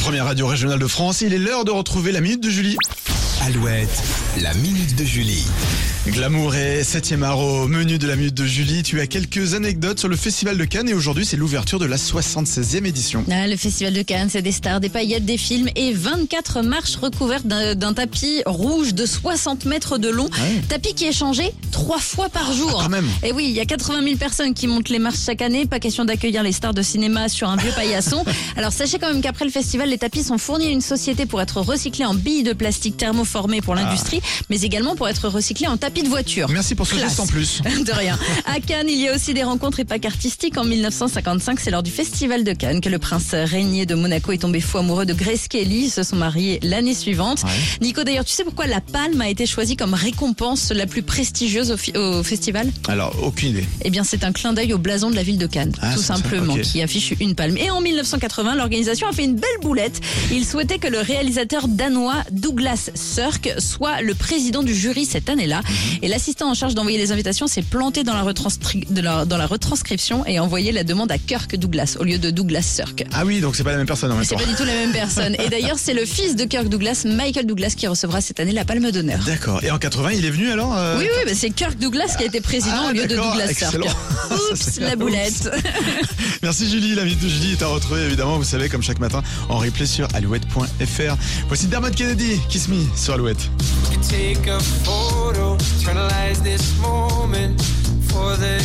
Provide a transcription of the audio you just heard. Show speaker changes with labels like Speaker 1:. Speaker 1: première radio régionale de France, il est l'heure de retrouver la Minute de Julie.
Speaker 2: Alouette, la minute de Julie.
Speaker 1: Glamour et 7 art au menu de la Minute de Julie. Tu as quelques anecdotes sur le Festival de Cannes et aujourd'hui c'est l'ouverture de la 76e édition.
Speaker 3: Ah, le Festival de Cannes, c'est des stars, des paillettes, des films et 24 marches recouvertes d'un d'un tapis rouge de 60 mètres de long.
Speaker 1: Ouais.
Speaker 3: Tapis qui est changé trois fois par jour.
Speaker 1: Ah, quand même.
Speaker 3: Et oui, il y a 80 000 personnes qui montent les marches chaque année. Pas question d'accueillir les stars de cinéma sur un vieux paillasson. Alors sachez quand même qu'après le festival, les tapis sont fournis à une société pour être recyclés en billes de plastique thermoformées
Speaker 1: Ah.
Speaker 3: pour l'industrie, mais également pour être recyclés en tapis de voiture.
Speaker 1: Merci pour ce
Speaker 3: Classe.
Speaker 1: geste en plus.
Speaker 3: De rien. À Cannes, il y a aussi des rencontres et pas qu'artistiques. En 1955, c'est lors du Festival de Cannes que le prince régné de Monaco est tombé fou amoureux de Grace Kelly. Ils se sont mariés l'année suivante. Nico, d'ailleurs, tu sais pourquoi la palme a été choisie comme récompense la plus prestigieuse au, fi- au festival
Speaker 1: Alors, aucune idée.
Speaker 3: Eh bien, c'est un clin d'œil au blason de la ville de Cannes,
Speaker 1: Ah,
Speaker 3: tout
Speaker 1: c'est ça,
Speaker 3: simplement,
Speaker 1: ok.
Speaker 3: qui affiche une palme. Et en 1980, l'organisation a fait une belle boulette. Il souhaitait que le réalisateur danois Douglas Sirk soit le président du jury cette année-là.
Speaker 1: Mhm.
Speaker 3: Et l'assistant en charge d'envoyer les invitations s'est planté dans la, retranscri- de la- dans la retranscription et a envoyé la demande à Kirk Douglas au lieu de Douglas Sirk.
Speaker 1: Ah oui, donc c'est pas la même personne en même
Speaker 3: C'est
Speaker 1: temps.
Speaker 3: pas du tout la même personne. Et d'ailleurs, c'est le fils de Kirk Douglas, Michael Douglas, qui recevra cette année la Palme d'honneur.
Speaker 1: D'accord. Et en 80, il est venu alors euh,
Speaker 3: Oui, oui, bah, c'est Kirk Douglas qui a été président
Speaker 1: Ah,
Speaker 3: au lieu de
Speaker 1: d'accord,
Speaker 3: Douglas Sirk.
Speaker 1: excellent. Ça,
Speaker 3: Oups,
Speaker 1: c'est-
Speaker 3: la boulette.
Speaker 1: Merci Julie, la Minute de Julie est à retrouver évidemment, vous savez, comme chaque matin, en replay sur alouette.fr. Voici Dermot Kennedy, Kiss Me sur Alouette.
Speaker 4: could take a photo, eternalize this moment for the